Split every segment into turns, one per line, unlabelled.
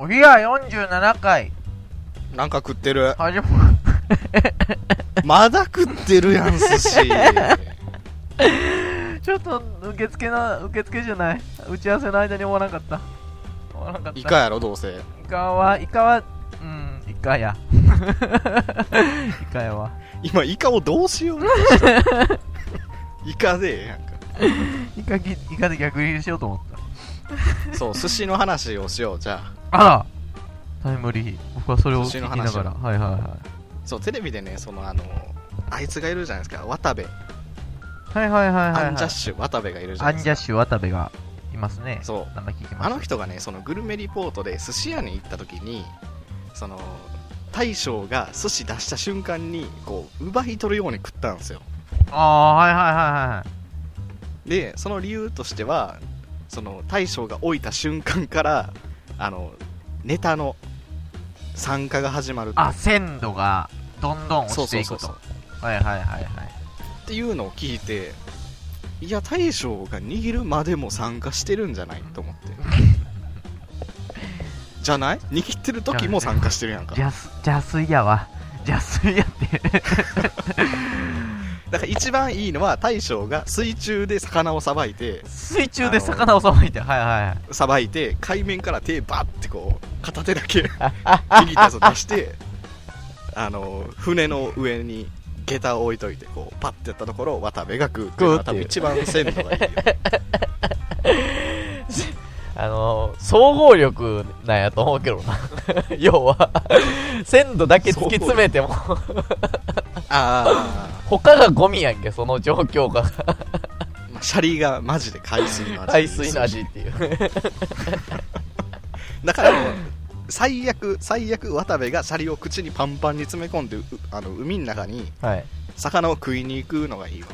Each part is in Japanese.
おぎや47回、
なんか食ってる。
始ま、
まだ食ってるやん、寿 司。
ちょっと、受付の、受付じゃない。打ち合わせの間に終わらなかった。終わらなかった。
イカやろ、どう
イ
せ。
カは、イカは、うん、イカや。 イカやわ。
今、イカをどうしようと した。イカでええやんか。
イカぎ、イカで逆ギレしようと思った。
そう、寿司の話をしよう、じゃあ。
あらタイムリー。僕はそれを
寿
聞き
司
な
の話
がら。はいはいは
そう、テレビでね、その、あの、あいつがいるじゃないですか。渡部。
い。はいはいはいはい、はい。
アンジャッシュ、渡部がいるじゃ
ア
ない
ンジャ
ですか。
ッシュ渡部がいますね。
そう。
名前聞きま
あ
し
の
た。
人がね、そのグルメリポートで寿司屋に行った時に、その、大将が寿司出した瞬間に、こう、奪い取るように食ったんですよ。
ああー、はいはいはいはい。
でその理由としてはその大将が老いた瞬間からあのネタの参加が始まると
あ、鮮度がどんどん
そ
落
う
ちて
そう
いく
そ
と。
うそう
はいはいはいはい。
っていうのを聞いていや大将が握るまでも参加してるんじゃないと思ってじゃない握ってる時も参加してるやんか
ジャス、ジャスイヤは、ジャスイヤって。
だから一番いいのは大将が水中で魚をさばいて
水中で魚をさばいて、はいはいはい。
さばいて海面から手バッてこう片手だ け右手を出してあの船の上に下駄を置いといてこうパッてやったところ渡部が食うっていうのは多分一番鮮度がい いよ
あのー総合力なんやと思うけどな 要は鮮度だけ突き詰めても
あ
他がゴミやんけその状況が
あ、まあ、シャリがマジで海水の味
海水の味っていう
だからもう最悪最悪渡部がシャリを口にパンパンに詰め込んでうあの海の中に
はい
魚を食いに行くのがいいわ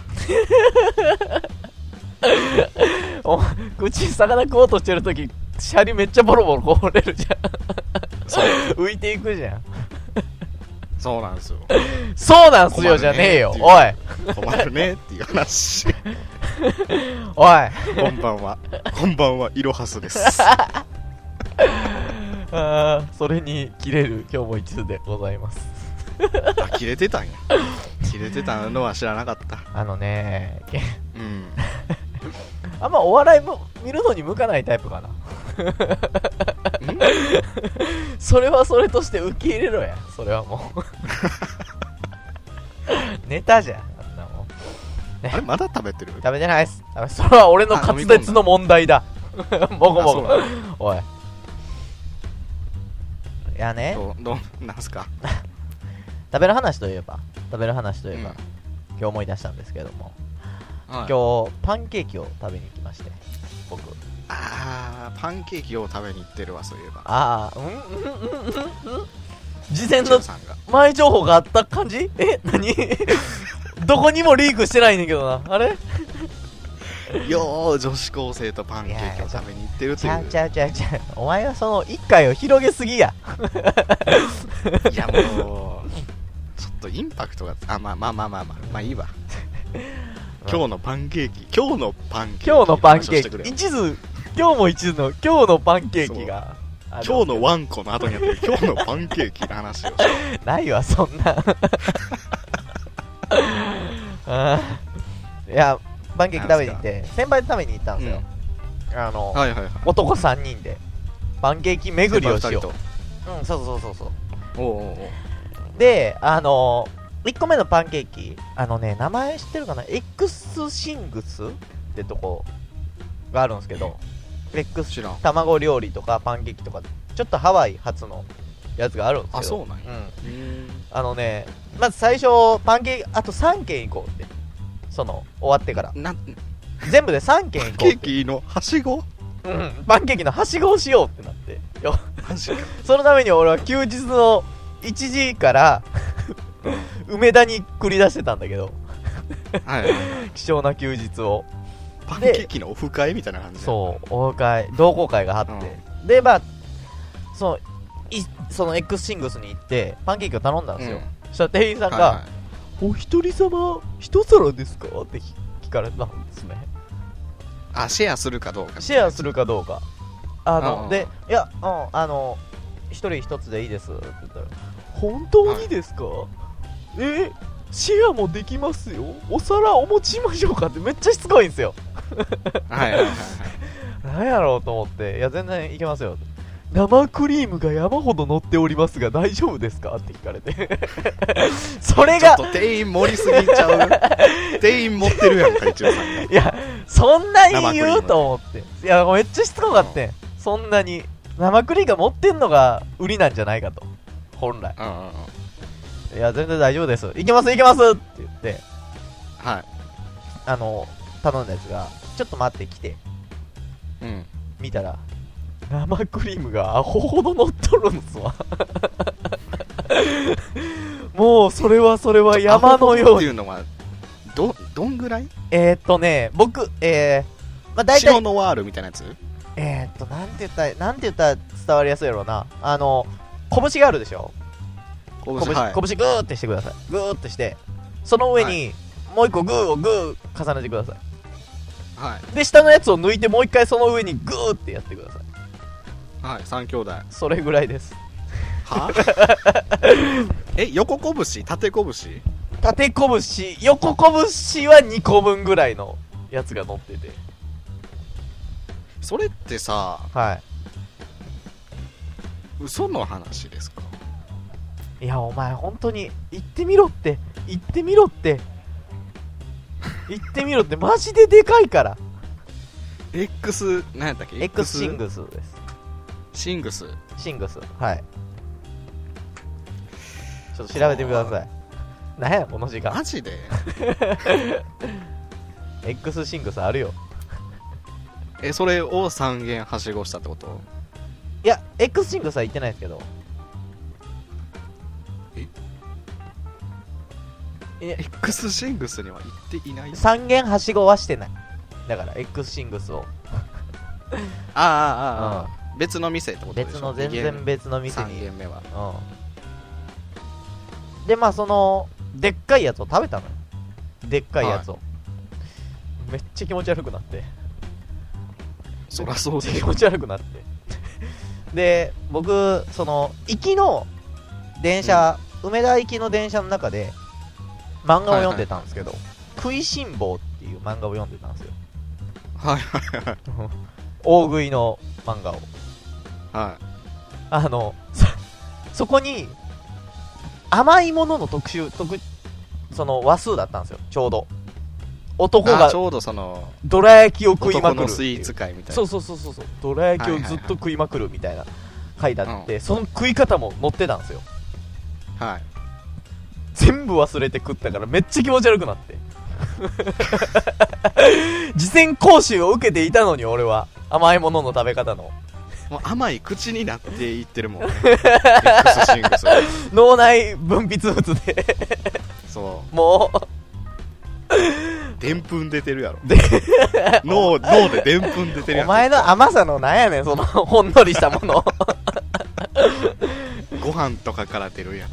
お口に魚食おうとしてるときシャリめっちゃボロボロこぼれるじゃ
そう ん
浮いていくじゃん
そうなんですよ
そうなんす
困る
よ
ね
じゃねえよ
っていう
おい
困るねっていう話
おい
こんばんは。こんばんは、いろはすです。
あーそれに切れる今日も一途でございます
あ、切れてたんや。切れてたのは知らなかった。
あのね
うん。
あんまお笑いも見るのに向かないタイプかなそれはそれとして受け入れろやそれはもう ネタじゃんあんなもん
あれ、まだ食べてる
食べてないっす食べそれは俺の
あ飲
滑
み込んだ
舌の問題だもご
あ
も
そう
ご
な
おいいやね
どどうなんすか
食べる話といえば食べる話といえば、
うん
今日思い出したんですけども、
今
今日パンケーキを食べに行きまして僕
あー、パンケーキを食べに行ってるわ、そういえば。
ああうんうんうんうんうん事前の
中さんが。
前情報があった感じえ何 どこにもリークしてないねんけどなあれ
よー、女子高生とパンケーキを食べに行ってると
ち
い
ゃう
う。
ちゃうちゃうちゃうお前はその一回を広げすぎや
いや、もう、ちょっとインパクトが、あ、まあまあまあまあまあ、まあい いわ。今日のパンケーキ、今日のパンケーキ。
今日のパンケ
話をしてく
ー
れ
キ
よ
一途今日も一途の今日のパンケーキがあ
今日のワンコの後にやってる、今日のパンケーキの話をして
ないわそん なあーいやパンケーキ食べに行って先輩と食べに行ったんですよ、あの、
はいはいはい。
男3人でパンケーキ巡りをしよ
先輩二人と
ううんそうそうそうそう
おうおうおう
で、あの1個目のパンケーキ、あのね、名前知ってるかな ?X シングスってとこがあるんですけど、X
知らん
卵料理とかパンケーキとか、ちょっとハワイ発のやつがあるんですけど、
あそうなんや
うん。
うん
あのね、まず最初、パンケーキ、あと3軒行こうって。その、終わってから。
な
全部で3軒行こ
ケ
う
ー
って。
キのはしご
うん、パンケーキのはしごをしようってなって。よ
マジか
そのために俺は休日の1時から梅田に繰り出してたんだけど
はいはいはい
貴重な休日を
パンケーキのオフ会みたいな感じだ
そ
よ
うお迎え同好会があって、でまあそのいその X シングスに行ってパンケーキを頼んだんですよ、
うん
そしたら店員さんが、
はいはい
お一人様一皿ですかって聞聞かれたんですね
あシェアするかどうか
シェアするかどうかあの
うん
でいや、うん、あの一人一つでいいですって言ったら本当にですか、えシェアもできますよお皿お持ちしましょうかってめっちゃしつこいんですよ
はいはいはいはい
なんやろうと思っていや全然いけますよ生クリームが山ほど乗っておりますが大丈夫ですかって聞かれてそれ
ちょ
が
っと店員盛りすぎちゃう 店員持ってるやんか一応さんが
いや、そんなに言
生クリー
う
ム
と思って。いや、めっちゃしつこかってん。そんなに。生クリームが持ってんのが売りなんじゃないかと。本来。
うんうんうん
いや、全然大丈夫です。いけます、いけますって言って、
は
あの、頼んだやつが、ちょっと待って、来て。
いうん
見たら、生クリームがアホほど乗っとるんすわ。 もう、それはそれは山のよ
っ
う
て
に。
いうのはどどんぐらい
えーっとね、僕、えー、まあ、大体
白、のワールみたいなやつ
えー、っと、なんて言ったら、なんて言ったら伝わりやすいやろうな。あの、拳があるでしょ
拳
拳、
はい
拳グーってしてください。グーってして、その上に、もう一個グーをグー重ねてくださ。
はい
で、下のやつを抜いて、もう一回その上にグーってやってください。
いはい三兄弟
それぐらいです。
は え横拳縦拳
縦拳、横拳は2個分ぐらいのやつが乗ってて。
それってさ
は
嘘の話ですか
い。いや、お前、本当に、行ってみろって、行ってみろって、行ってみろって、マジででかいから。
X 何やったっけ
X シングスです。
シングス
シングスはいちょっと調べてみてくださ い何やこの時間
マジで
X シングスあるよ
えそれを三軒はしごしたってこと
いや X シングスは行ってないですけどえ
X シングスには行っていない
三軒はしごはしてないだから X シングスを
ああああああ別の店ってことでしょ
別の全然別の店
3
に
軒目は
うんでまあそのでっかいやつを食べたのよでっかいやつを、めっちゃ気持ち悪くなって
そらそうで
気持ち悪くなってで僕その行きの電車、梅田行きの電車の中で漫画を読んでたんですけど「食いしん坊」っていう漫画を読んでたん ですよ
はいはいはい
大食いの漫画を
はい
あのそそこに甘いものの特集特その話数だったんですよちょうど男
あ
が
ちょうどその
どら焼きを食いまくる
男の
って
スイ
い
ー
う
ツ会みたいな
そうそうそうそうそうどら焼きをずっと食いまくるみたいな回だ
はい
っ
はいは
てその食い方も載ってたんですよ
はい
全部忘れて食ったからめっちゃ気持ち悪くなって 事前講習を受けていたのに俺は甘いものの食べ方の
もう甘い口になっていって るもんね X シングスは
脳内分泌物で
そ
もう
うでんぷん出てるやろ
で
脳脳ででんぷん出てるや
お
ん
前の甘さのなんやねんそのほんのりしたも の
ご飯とかから出るやん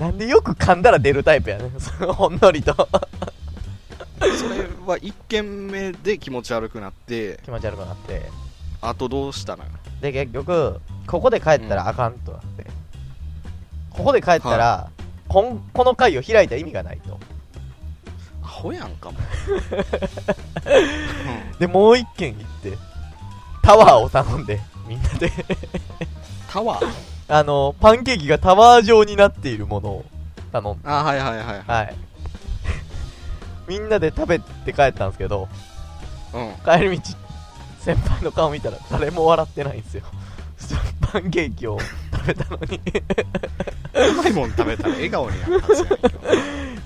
なんでよく噛んだら出るタイプやねんそのほんのりと
それは1軒目で気持ち悪くなって
気持ち悪くなって
あとどうしたのよ
で結局ここで帰ったらあかんとなって、ここで帰ったら、こんこの会を開いた意味がないと
アホやん かもう、うん
でもう一軒行ってタワーを頼んでみんなで
タワー
あのパンケーキがタワー状になっているものを頼んで
あはいはいはい
はい みんなで食べて帰ったんですけど
うん
帰り道先輩の顔見たら誰も笑ってないんですよパンケーキを食べたのに
うまいもん食べたら笑顔になるはずやんけ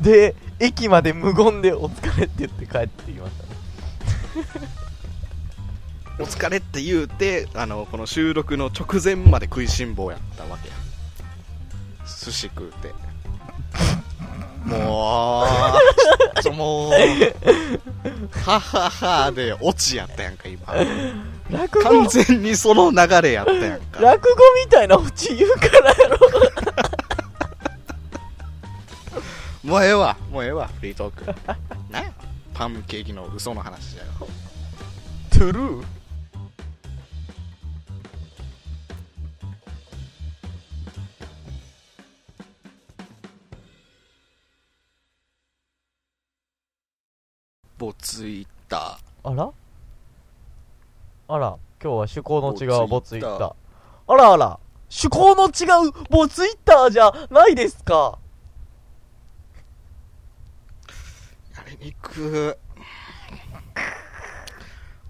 で駅まで無言で「お疲れ」って言って帰ってきましたね
お疲れって言うてあのこの収録の直前まで食いしん坊やったわけや寿司食うてもうちょもうはははで落ちやったやんか今
落語
完全にその流れやったやんか
落語みたいなオチ言うからやろ
もうええわもうええわフリートークなんやパンケーキの嘘の話だよ
トゥルー
歩ついた
あらあら、今日は趣向の違うボ
ボ
ツ
ツ
イ
イッ
ッ
ター
ター。あらあら、趣向の違うボツイッターじゃないですか。
やりにく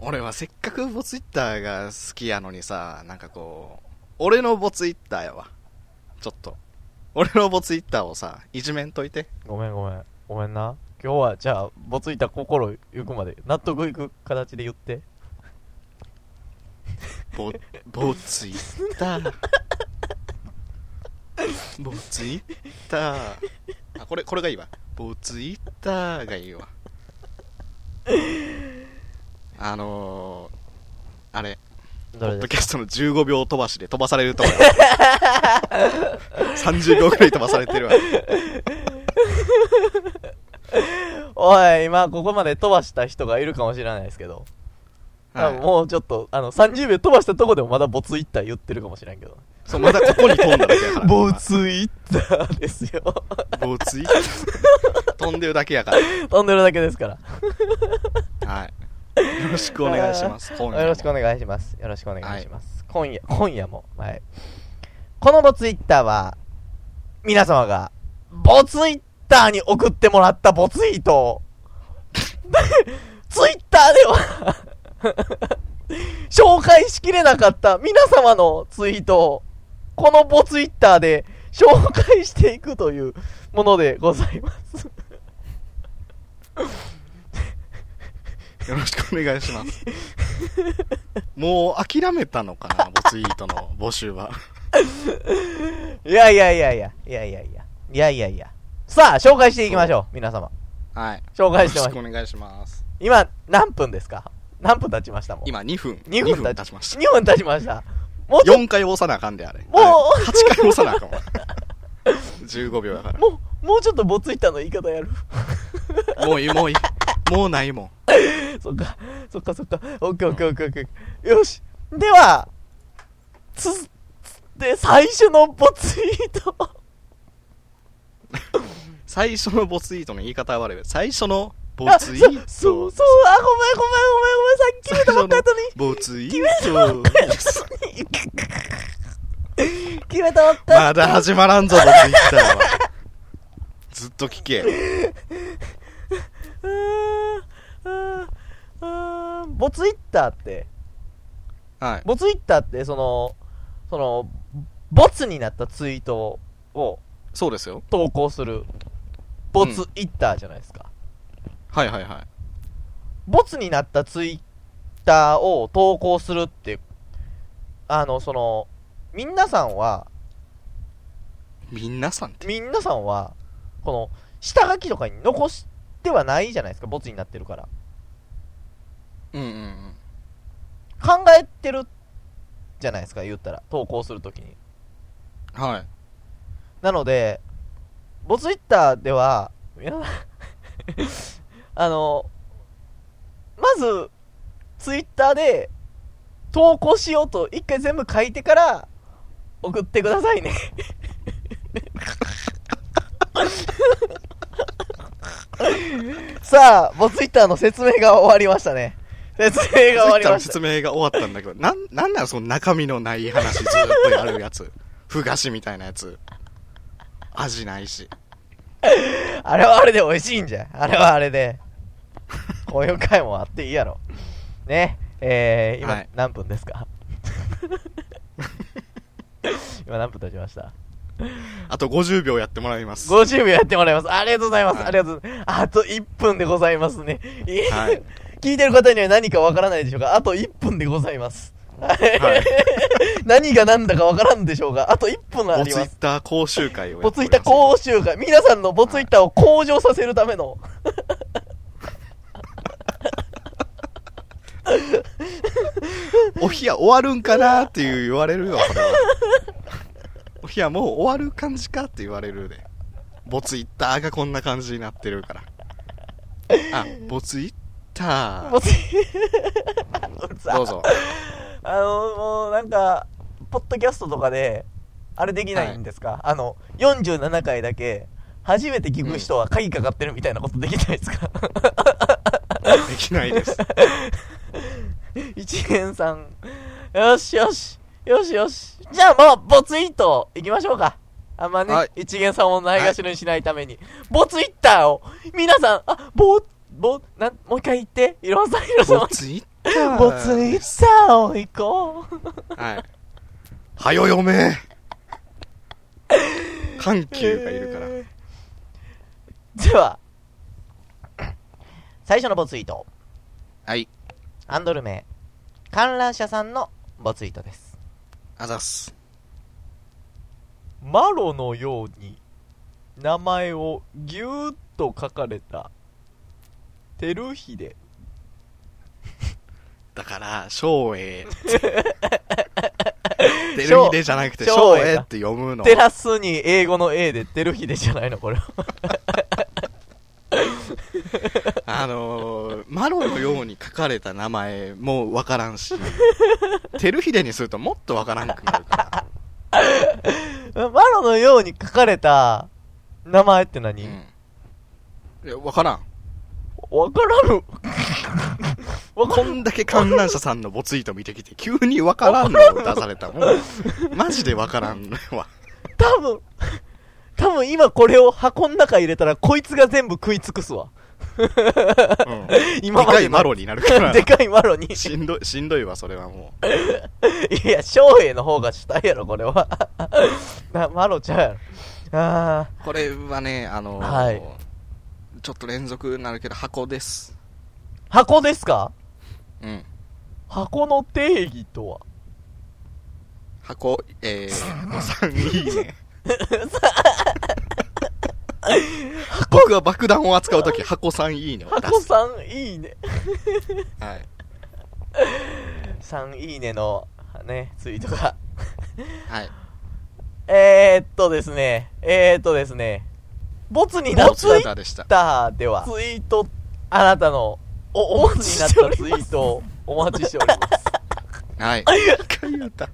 俺はせっかくボツイッターが好きやのにさなんかこう俺のボツイッターやわちょっと俺のボツイッターをさいじめんといて
ごめんごめん。ごめんな。今日はじゃあ、ボツイッター心ゆくまで、納得いく形で言って。
ボボツイッターボツイッターあこれこれがいいわボツイッターがいいわあのー、あれ
ど
ポ
れ
ッ
で
ド
す
キャストの15秒飛ばしで飛ばされると思うよ30秒くらい飛ばされてるわ
おい、今、ここまで飛ばした人がいるかもしれないですけど。多分
はい
もうちょっと、あの、30秒飛ばしたとこでもまだボツイッター言ってるかもしれんけど。
そうまだここに飛んだだけ やから
ボツイッターですよ。
ボツイッター 飛んでるだけやから
飛んでるだけですから。
はいよろしくお願いし ます今夜も
よろしくお願いします。よろしくお願いします。今夜、今夜も。はい。このボツイッターは、皆様が、ボツイッターに送ってもらったボツイートを、 ツイッターでは、 紹介しきれなかった皆様のツイートを、このボツイッターで紹介していくというものでございます。
よろしくお願いします。もう諦めたのかな、ボツイートの募集は。
いやいやいやいや、いやいやいや、いやいやいや。さあ、紹介していきましょう、皆様。
はい。
紹
よろ
介し
して
ます
く。お願いします。
今、何分ですか何分経ちましたもん。
今2分。
2分経
経
ち
ち
ま
ま
し。
したた。
2分経ちました。もうちょっ
4回押さなあかんで、あれ。
う
8回押さなあかんわ。15秒だか
と、
ら。
もう、もうちょっとボツイッターの言い方やる。
もういい、もういい。もうないもん。
そっか、そっかそっか。オッケーオッケーオッケーオッケー。よし。では、つ、つで、最初のボツイート。
最初のボツイートの言い方は悪いけど。最初のボ
あ
ツイート。
そそう、そう、あ、ごめんごめんごめんごめん。さっき決めたばっかやったのに。
ボツイート。
決めたばっかや
まだ始まらんぞ、ボツイッターは。ずっと聞け。
うーんうーんボツイッターって、
はい。
ボツイッターって、その、その、ボツになったツイートを
そうですよ。
投稿する、ボツイッターじゃないですか。
はいはいはい。
ボツになったツイッターを投稿するって、あの、その、みんなさんは、
みんなさんって。
みんなさんは、この、下書きとかに残してはないじゃないですか、ボツになってるから。
うんうんうん。
考えてるじゃないですか、言ったら、投稿するときに。
はい。
なので、ボツイッターでは、いや あの、まず、ツイッターで投稿しようと一回全部書いてから送ってくださいね。さあ、ボツイッターの説明が終わりましたね。説明が終わりました
ツイッターの説。明が終わったんだけど、なん、なんなのその中身のない話ずっとやるやつ。ふがしみたいなやつ。味ないし。
あれはあれで美味しいんじゃん。あれはあれで。こういう回もあっていいやろ。ね。えー、今、
はい
何分ですか 今何分経ちました
あと50秒やってもらいます。は
?50 秒やってもらいます。ありがとうございます。
はい
ありがとうございます。あと1分でございますね。いえ
はい
聞いてる方には何かわからないでしょうかあと1分でございます。
い。
何が何だかわからんでしょうがあと1分あ
ボ
り
ツイ
ま
ッ
す。
ター講習会をや
ボ
って
ツ
お
イッタ
りま
ー
す
講習会。皆さんのボツイッターを向上させるための。
お冷や終わるんかなっていう言われるよ、こ れは。お冷やもう終わる感じかって言われるで。ボツイッターがこんな感じになってるから。あ、ボツイッタ
ボ
ー。
ツイッター。
どうぞ。
あの、もうなんか、ポッドキャストとかで、あれできないんですか、あの、47回だけ、初めて聞く人は鍵かかってるみたいなことできないですか、
できないです。
一元さん。よしよし。よしよし。じゃあもう、ボツイート行きましょうか。あんまね、
はい
一元さんをないがしろにしないために。ボツイッターを皆さん、あ、ボ、ボ、なん、もう一回言って。いろんさん、いろんさん。
ボツイッター。
ボツイッターを行こう。
はい。はよ読め。緩急がいるから。
えーでは、最初のボツイート。
はい。
アンドル名。観覧車さんのボツイートです。
あざっす。
マロのように名前をぎゅーっと書かれたテルヒデ
だから、昭栄。出る日でじゃなくて、
昭
昭
栄
栄
だ
って読むの。
テラスに英語の A でテルヒデじゃないのこれは
あのー、マロのように書かれた名前もわから んし、テルヒデにするともっとわからんくなるから。
マロのように書かれた名前って何
うん。いや、わからん。
わ、からぬわか
こ
ん
んだけ観覧車さんのボツイート見 てきて、急にわからんのを出されたもん。マジでわからんのわ。
多分多分今これを箱の中入れたらこいつが全部食い尽くすわ
うん。
今ま
でか
で
いマロになるから
で。かいマロに
しんどい、しんどいわ、それはも
いや、翔英の方が主体やろ、これは。な、マロちゃんやろ。あ
う。これはね、あのー
はい
ちょっと連続になるけど、箱です。
ー箱ですか
うん。
箱の定義とは
箱、えー、おさん、いいね。 僕は爆弾を扱うとき、箱さんいいねを出
箱
す。
さんいいね。
はい。
さんいいねの、ね、ツイートが。
はい。
えーっとですね、えーっとですね、ボツにな
ボ
ったツ
ツイ
イッ
ッターでした。
ターでは、
ツイート
あなたのおおボツになったツイートをお待ちしております。
はい。2回言うた。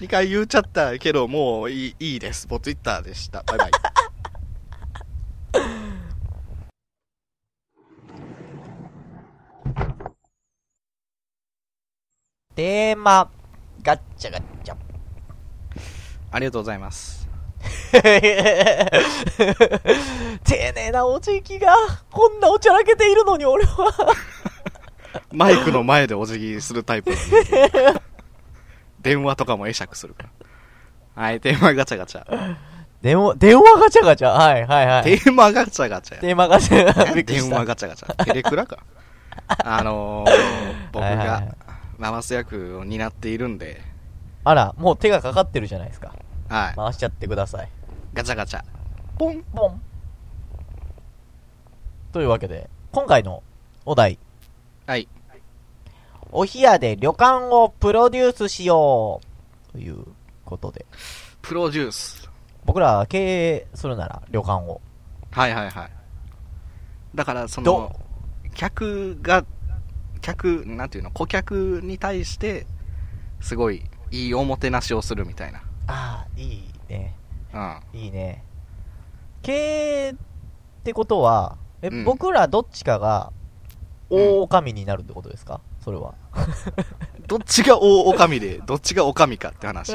2回言っちゃったけど、もういいいいです。ボツイッターでした。バ イバイ。
テーマ、ガッチャガッチャ。
ありがとうございます。
丁寧なおじきが、こんなおちゃらけているのに俺は。
マイクの前でお辞儀するタイプの人間だから電話とかも会釈するから。はい、テーマガチャガチャ。
電話、電話ガチャガチャはいはいは
テ。ーマガチャガチャや。
テーマガチャ、びっくり
電
し
話
た。
ガチャガチャ。テレクラか。あのー、僕
はいはいはい
が回す役を担っているんで、
あら、もう手がかかってるじゃないですか。
はい。
回しちゃってください。
ガチャガチャ。
ポンポン。というわけで、今回のお題。
はい。
お冷やで旅館をプロデュースしよう。ということで。
プロデュース。
僕らは経営するなら旅館を。
はいはいはい。だから、そ
ど
の、客が、客、なんていうの、顧客に対して、すごい、いいおもてなしをするみたいな。
ああ、いいね。
うん。
いいね。経営ってことは、え、
うん
僕らどっちかが、大女将になるってことですか、それは。
どっちが大女将 で、どっちが女将かって話。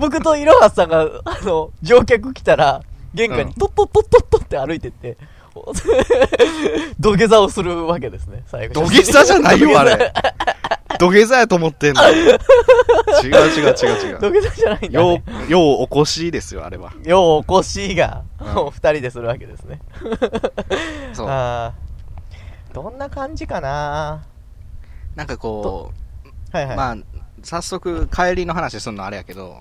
僕といろはさんが、あの、乗客来たら、玄関に
うん
トットットットットって歩いてって、 お土下座をするわけですね、最後
土
に
下座じゃないよ、あ。
土下
れ。土下座やと思ってんの。違う違う違う 違
座土
う。
下座じゃないんだ、
よ
ね。
う、ようおこしですよ、あれは。
ようおこしが、
うん
お二人でするわけですね。
そう。
あーどんな感じかな
なんかこ、
はいうはい。
まあ、早速、帰りの話するのあれやけど、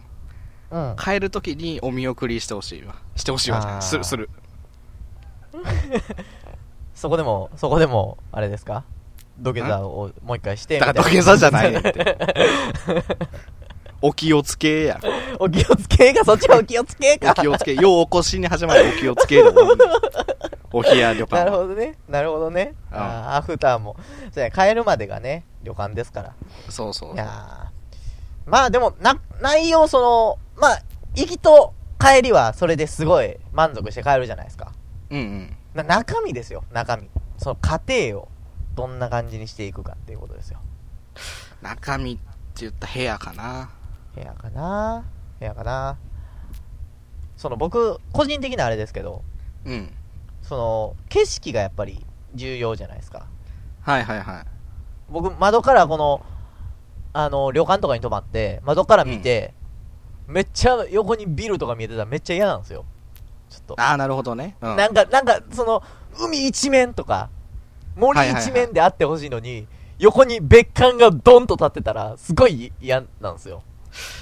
うん。
帰るときにお見送りしてほしいわ。してほしいわじゃな
あー
い。する、する。
そこでも、そこでも、あれですか土下座をもう一回してみ
だ
た
か
いな
ら土下座じゃないねんって。お気をつけや。
お気をつけが、そっちはお気をつけ
お
か。
気をつけ。ようおこしに始まるお気をつけで終わんねんお冷や旅館
な
は。
るほどね。なるほどね。
うん
あーアフターも。そうや、帰るまでがね、旅館ですから。
そうそう
い。やーまあでも、な、内容、その、まあ、行きと帰りはそれですごい満足して帰るじゃないですか。
うんう
な
ん。
中身ですよ、中身。その過程をどんな感じにしていくかっていうことですよ
中身って言った部屋かな
部屋かな部屋かなその僕個人的なあれですけど
うん
その景色がやっぱり重要じゃないですか
はいはいはい
僕窓からこのあの旅館とかに泊まって窓から見て、めっちゃ横にビルとか見えてたらめっちゃ嫌なんですよちょっと
ああなるほどね、うん、
なんか、なんか、その、海一面とか、森
はいはいはい
一面であってほしいのに、横に別館がドンと立ってたら、すごい嫌なんですよ。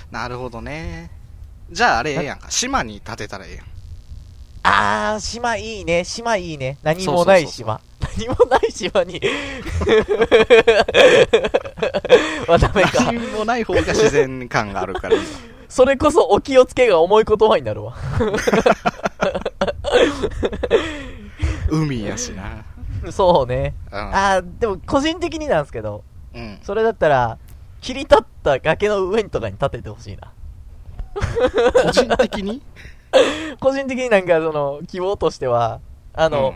なるほどねじゃああれええやんか島に建てたらええやん
あー、島いいね、島いいね。何もない島。何もない島に。 まあダメか
何。もない方が自然感がある からいいわ
それこそお気をつけが重い言葉になる わ。
海やしな
そうね。
う
あー、でも個人的になんですけど、
ん、うん、
それだったら、切り立った崖の上とかに立ててほしいな。
個人的に
個人的になんかその希望としてはあ
あ
の、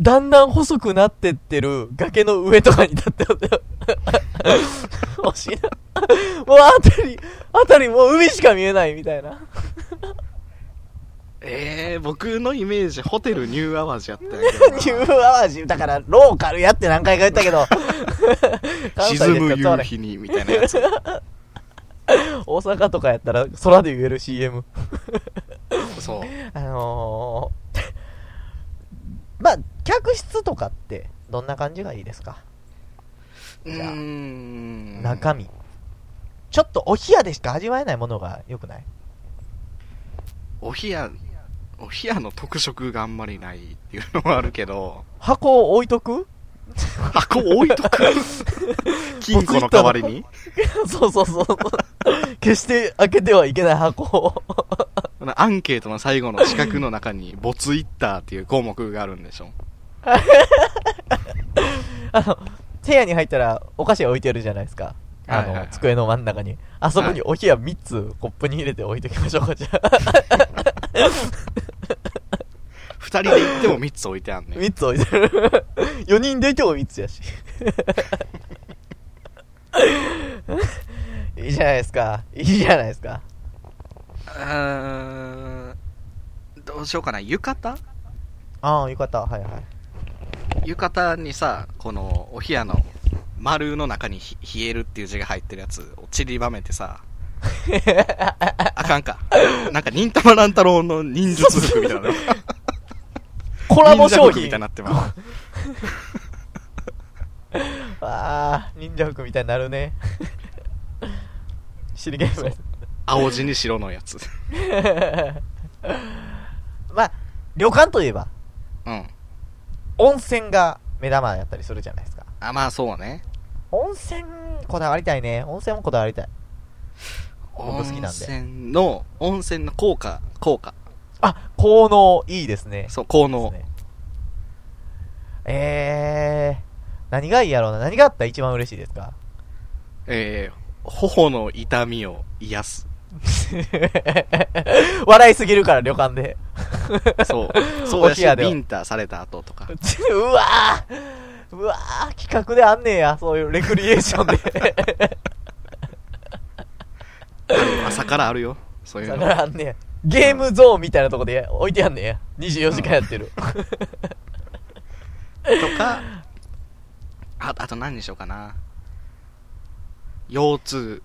だんだん細くなってってる崖の上とかに立ってほ 欲しいなもうあたりあたりもう海しか見えないみたいな
ええ僕のイメージホテルニューアワジやったんや
ニ
けど
ュ
な
ーアワジだからローカルやって何回か言ったけ ど関西で
沈む
使わ
夕
ない
日にみたい なやつ
大阪とかやったら空で言える CM
そう
あのー、まあ客室とかってどんな感じがいいですか
う
じゃあ
ーん
中身ちょっとお冷やでしか味わえないものが良くない
お部屋お部屋の特色があんまりないっていうのもあるけど
箱を置いと く
箱置いと く金庫の代わりに
そうそう そうそう決して開けてはいけない箱を
アンケートの最後の四角の中に「ボツイッター」っていう項目があるんでしょ
あの部屋に入ったらお菓子置いてるじゃないですかあの、
はいはいはい
机の真ん中にあそこにお冷や3つコップに入れて置いときましょうかじゃあ
二人で行っても三つ置いてあんねん
3つ置いてる4 人でいても3つ やしいいじゃないですかいいじゃないですか
うーんどうしようかな浴衣
ああよかったはいはい
浴衣にさこのお部屋の丸の中にひ「冷える」っていう字が入ってるやつを散りばめてさ あかんかなんか忍たま乱太郎の忍術服みたい な
コラボ商
忍者服
品
みたいになってま
ああ、忍者服みたいになる ね。死にゲーム
青地に白のやつ
まあ、旅館といえば、
うん
温泉が目玉だったりするじゃないですか。
あまあそうね
温泉、こだわりたいね。温泉もこだわりたい。僕好きなんで
温泉の温泉の効果効果
あ、効能いいですね。
そう効
で
能
すね。えー、何がいいやろうな。何があったら一番嬉しいですか
えー、頬の痛みを 癒す
笑いすぎるから、旅館で。
そうそうや
お部
し
屋では
ビンタされた後と か
うわーうわー企画であんねや、そういうレクリエーションで。
朝からあるよそういう
だ
の
からあんねや。ゲームゾーンみたいなとこで置いてあんねや。24時間やってる。
とか、ああと何にしようかな。腰痛、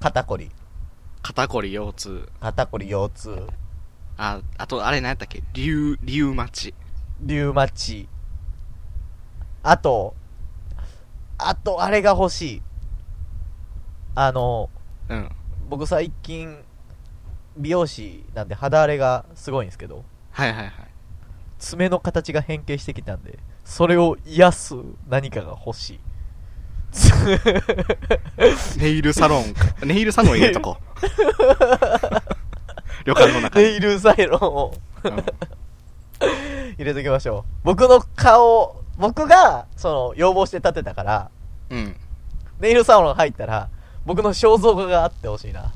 肩こり。
肩こり腰痛。
肩こり、腰痛。
あ、あとあれ何やったっけリュウ、リュウマチ。
リュウマチ。あと、あと、あれが欲しい。あの、
うん。
僕最近、美容師なんで肌荒れがすごいんですけど、
はいはいはい。
爪の形が変形してきたんで、それを癒す何かが欲し い。つ
ネイルサロン、ネイルサロン入れと こう。旅館の中に。
ネイルサイロンを。
うん
入れときましょう僕の顔僕がその要望して立てたから
うん。
ネイルサロン入ったら僕の肖像画があってほしいな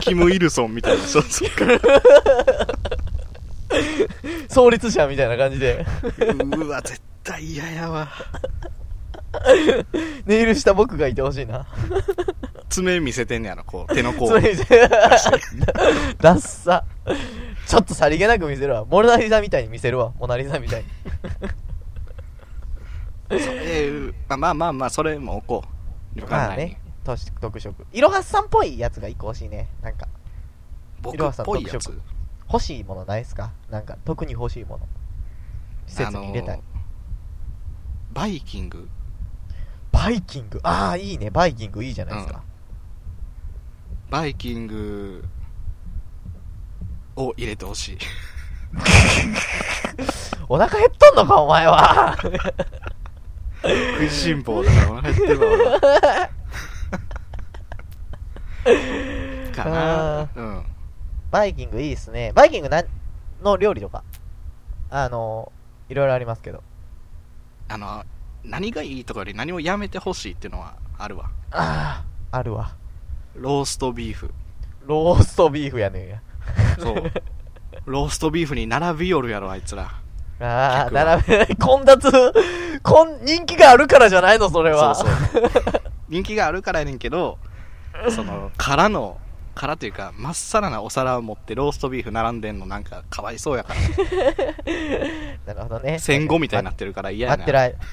キム・イルソンみたいな人ですか
創立者みたいな感じで、
うわ絶対嫌やわ
ネイルした僕がいてほしいな。
爪見せてんねやろこう手の甲
そ れ見せダッサ。ちょっとさりげなく見せるわ。モナリザみたいに見せるわ。モナリザみたいに。
えーまあまあまあまあそれも置こう旅館
まあ
内に、
ね、特特色。いろはさんっぽいやつが一個欲しいね。なんか、
僕
色
っ
はさ
ぽいやつ
特欲しいものないですかなんか、特に欲しいもの。施設に入れたい。
あのーバイキング
バイキング。ああ、いいね。バイキングいいじゃないですか。
バイキングを入れてほしい
お腹減っとんのか、お前は。
食いしん坊だからお 腹減ってるわ俺か
あ
なうん
バイキングいいっすね。バイキングなんの料理とか。あのー、いろいろありますけど。
あの何がいいとかより何もやめてほしいっていうのはあるわ
ああ、あるわ。
ローストビーフ
ローストビーフやねんや。
そう ローストビーフに並びよるやろあいつら
ああ、
客は
並べ、 混雑、こん、人気があるからじゃないの、それは。
そうそう人気があるからやねんけどその空の空というかまっさらなお皿を持ってローストビーフ並んでんのなんかかわいそうやか ら
なるほどね。
戦後みたいになってるから嫌や
待
な
ってらい。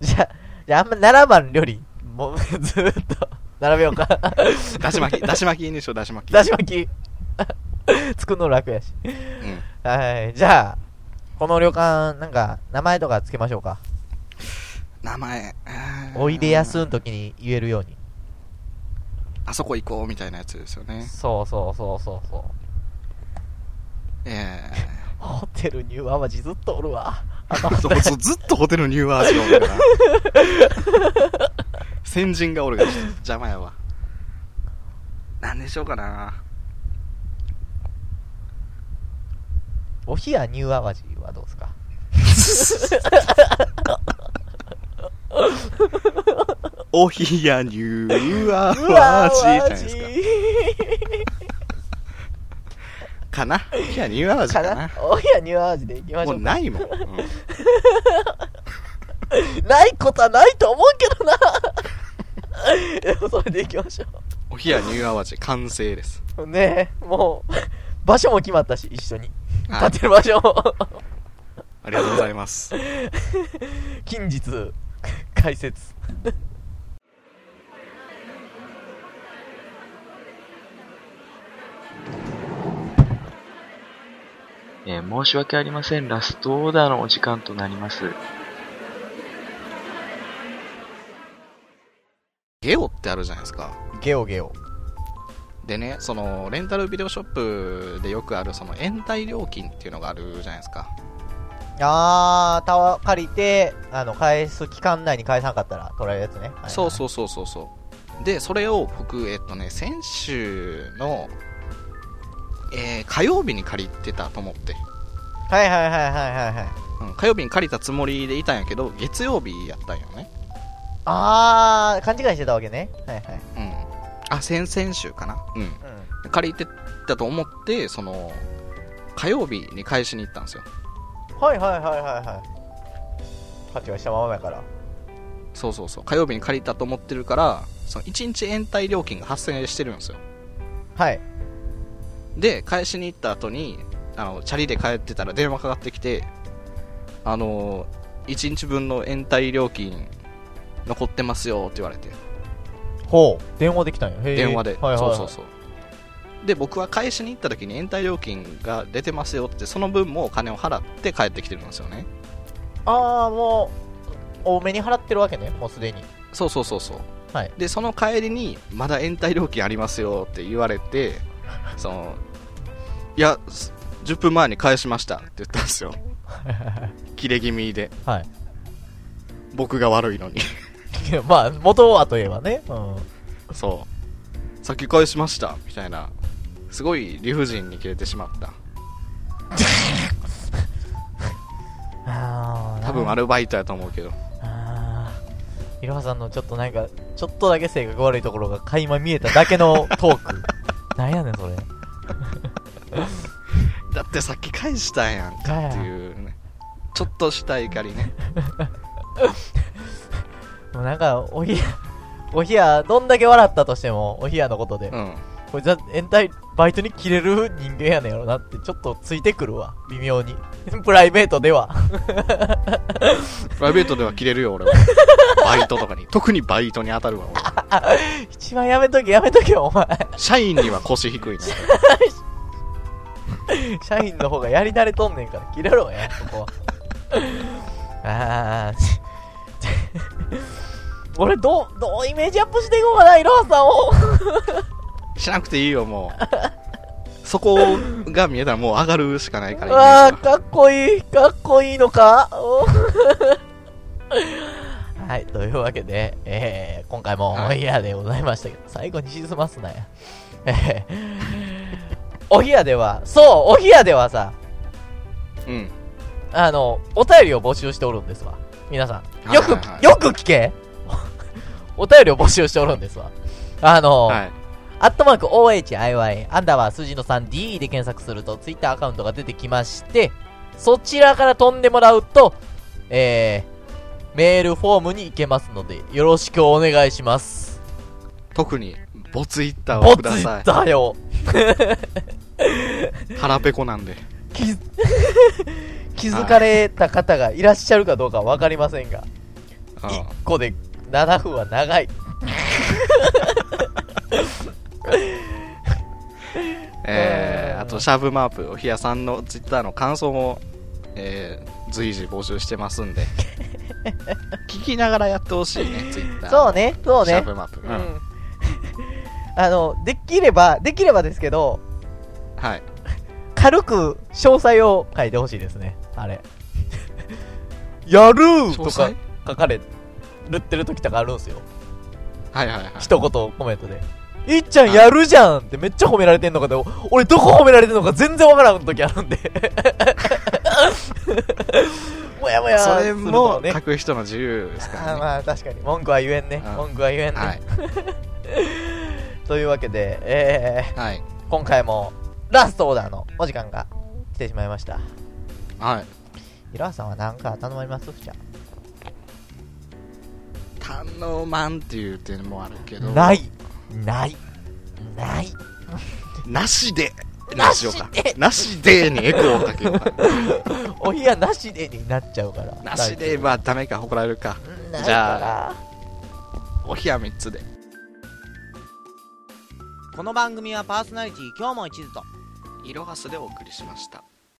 じゃ、じゃあ、あんま並ばん料理、もう、 ずーっと、並べようか。
だし巻きだし巻きにしようだし巻き
だし巻き。 作るの楽やし。
うん
はい。じゃあ、この旅館、なんか、名前とかつけましょうか。
名前あー
おいでやすん時に言えるように。
あそこ行こうみたいなやつですよ ね
そうそうそうそうそう。
え
ホテルニューアワジずっとおるわ。
えずずっとホテルニューアージオンだから 先人がおるからちょっと邪魔やわなんでしょうかな
おひやニューアワジはどうです か
おひやニューア
うわ
ワジじゃないですかかな。いや、ニューアワジか
か
な。
なおいやニューアージで行きまし
も
ょ
う
うか
ないもん。うん
ないことはないと思うけどな でもそれで行きましょ
おひやニューアワジ完成です。
うねえもう場所も決まったし一緒に
は
建
い
てる場所も
ありがとうございます。
近日解説
えー申し訳ありません。ラストオーダーのお時間となります。
ゲオってあるじゃないですか。
ゲオゲオ
でね、その、レンタルビデオショップでよくある、その、延滞料金っていうのがあるじゃないですか。
あータワー借りてあの返す期間内に返さなかったら取られるやつね、はい
そうそうそうそうそう。で、それを僕、えっとね、先週の、えー火曜日に借りてたと思って、
はいはいはいはいはいはい
うん、火曜日に借りたつもりでいたんやけど、月曜日やったんよね。
あー勘違いしてたわけねはいはい
うん。あ、先々週かな。うん。
うん
借りてたと思ってその火曜日に返しに行ったんですよ
はいはいはいはいはい価値はしたままやから
そうそうそう火曜日に借りたと思ってるからその1日延滞料金が発生してるんですよ
はい
で返しに行った後にあのチャリで帰ってたら電話かかってきてあの1日分の延滞料金残ってますよって言われて
ほう電話できたんやへー
電話で、
はいはいはい
そうそうそうで僕は返しに行った時に延滞料金が出てますよってその分もお金を払って帰ってきてるんですよね
ああもう多めに払ってるわけねもうすでに
そうそうそうそう、
はい
でその帰りにまだ延滞料金ありますよって言われてそのいやす10分前に返しましたって言ったん ですよ切れ気味で
はい
僕が悪いのに
いや まあ元はといえばねうん
そう先返しましたみたいなすごい理不尽に切れてしまった
あ
多分ア
れ
ルバイトやと思うけど
あ ーいろはさんのちょっとなんかちょっとだけ性格悪いところが垣間見えただけのトークなんやねん、それ。
だってさっき返したやんかっていうねちょっとした怒り ね
もうなんか、おひや、おひや、どんだけ笑ったとしても、おひやのことで、
うん
こいつは延滞、バイトに切れる人間やねんやろなって、ちょっとついてくるわ、微妙に。 プライベートでは。
プライベートでは切れるよ俺 はバイトとかに特にバイトに当たるわ俺
一番やめとけ、やめとけよ、お前。
社員には腰低いな
社員の方がやり慣れとんねんから、切れろや、そこは。ああ、 俺、どう、どうイメージアップしていこうかな、いろはさんを。
しなくていいよもうそこが見えたらもう上がるしかないか
うわ
ら
あ、かっこいい、かっこいいのか。お はい、というわけで、えー、今回もお
はい
部屋でございましたけど、最後に沈ますなや。えー、お部屋では、そう、お部屋ではさ、
うん
あの、お便りを募集しておるんですわ。皆さん。よく、
はいはいはい
よく聞け お便りを募集しておるんですわ。あの、
はい
アットマーク OHIY アンダーバー数字の 3DE で検索するとツイッターアカウントが出てきまして、そちらから飛んでもらうと、えー、メールフォームに行けますので、よろしくお願いします。
特にボツイッター
ボツ
をく
イ
ださ
ッターよ。
い腹ペコなんで
気づ 気づかれた方がいらっしゃるかどうかわかりませんが、
うん
1個で7分は長い。
えーあとシャープマープおひやさんのツイッターの感想も、えー随時募集してま すんで聞きながらやってほしいねツイッター
そうね、そう
シャー
ね。
プマープ、う
うんん。 あの、できれば、できればですけど、
はい
軽く詳細を書いてほしいですね。あれ。 やるーとか
詳細
書かれるってる時とかあるんですよ。
はいはいはい
一言コメントで。いっちゃんやるじゃんってめっちゃ褒められてんのかで、俺どこ褒められてんのか全然わからん時あるんで。 もやもや
そ
す
れ
るの
も
もね。
書く人の自由ですから
あー
ね
まあ確かに。文句は言えんね。
うん
文句は言えんね。
はい
というわけで、え
はい
ー、今回もラストオーダーのお時間が来てしまいました。
はい
いろはさんは何か頼まれますじゃ
堪能マンっていう点もあるけど
ないないない
なしでなしようかなしでにエコーをかけよ うか
お部屋なしでになっちゃうから
なしではダメか怒られるか
ない
じゃあ
から
おひや3つで
この番組はパーソナリティ今日も一途と
いろはすでお送りしました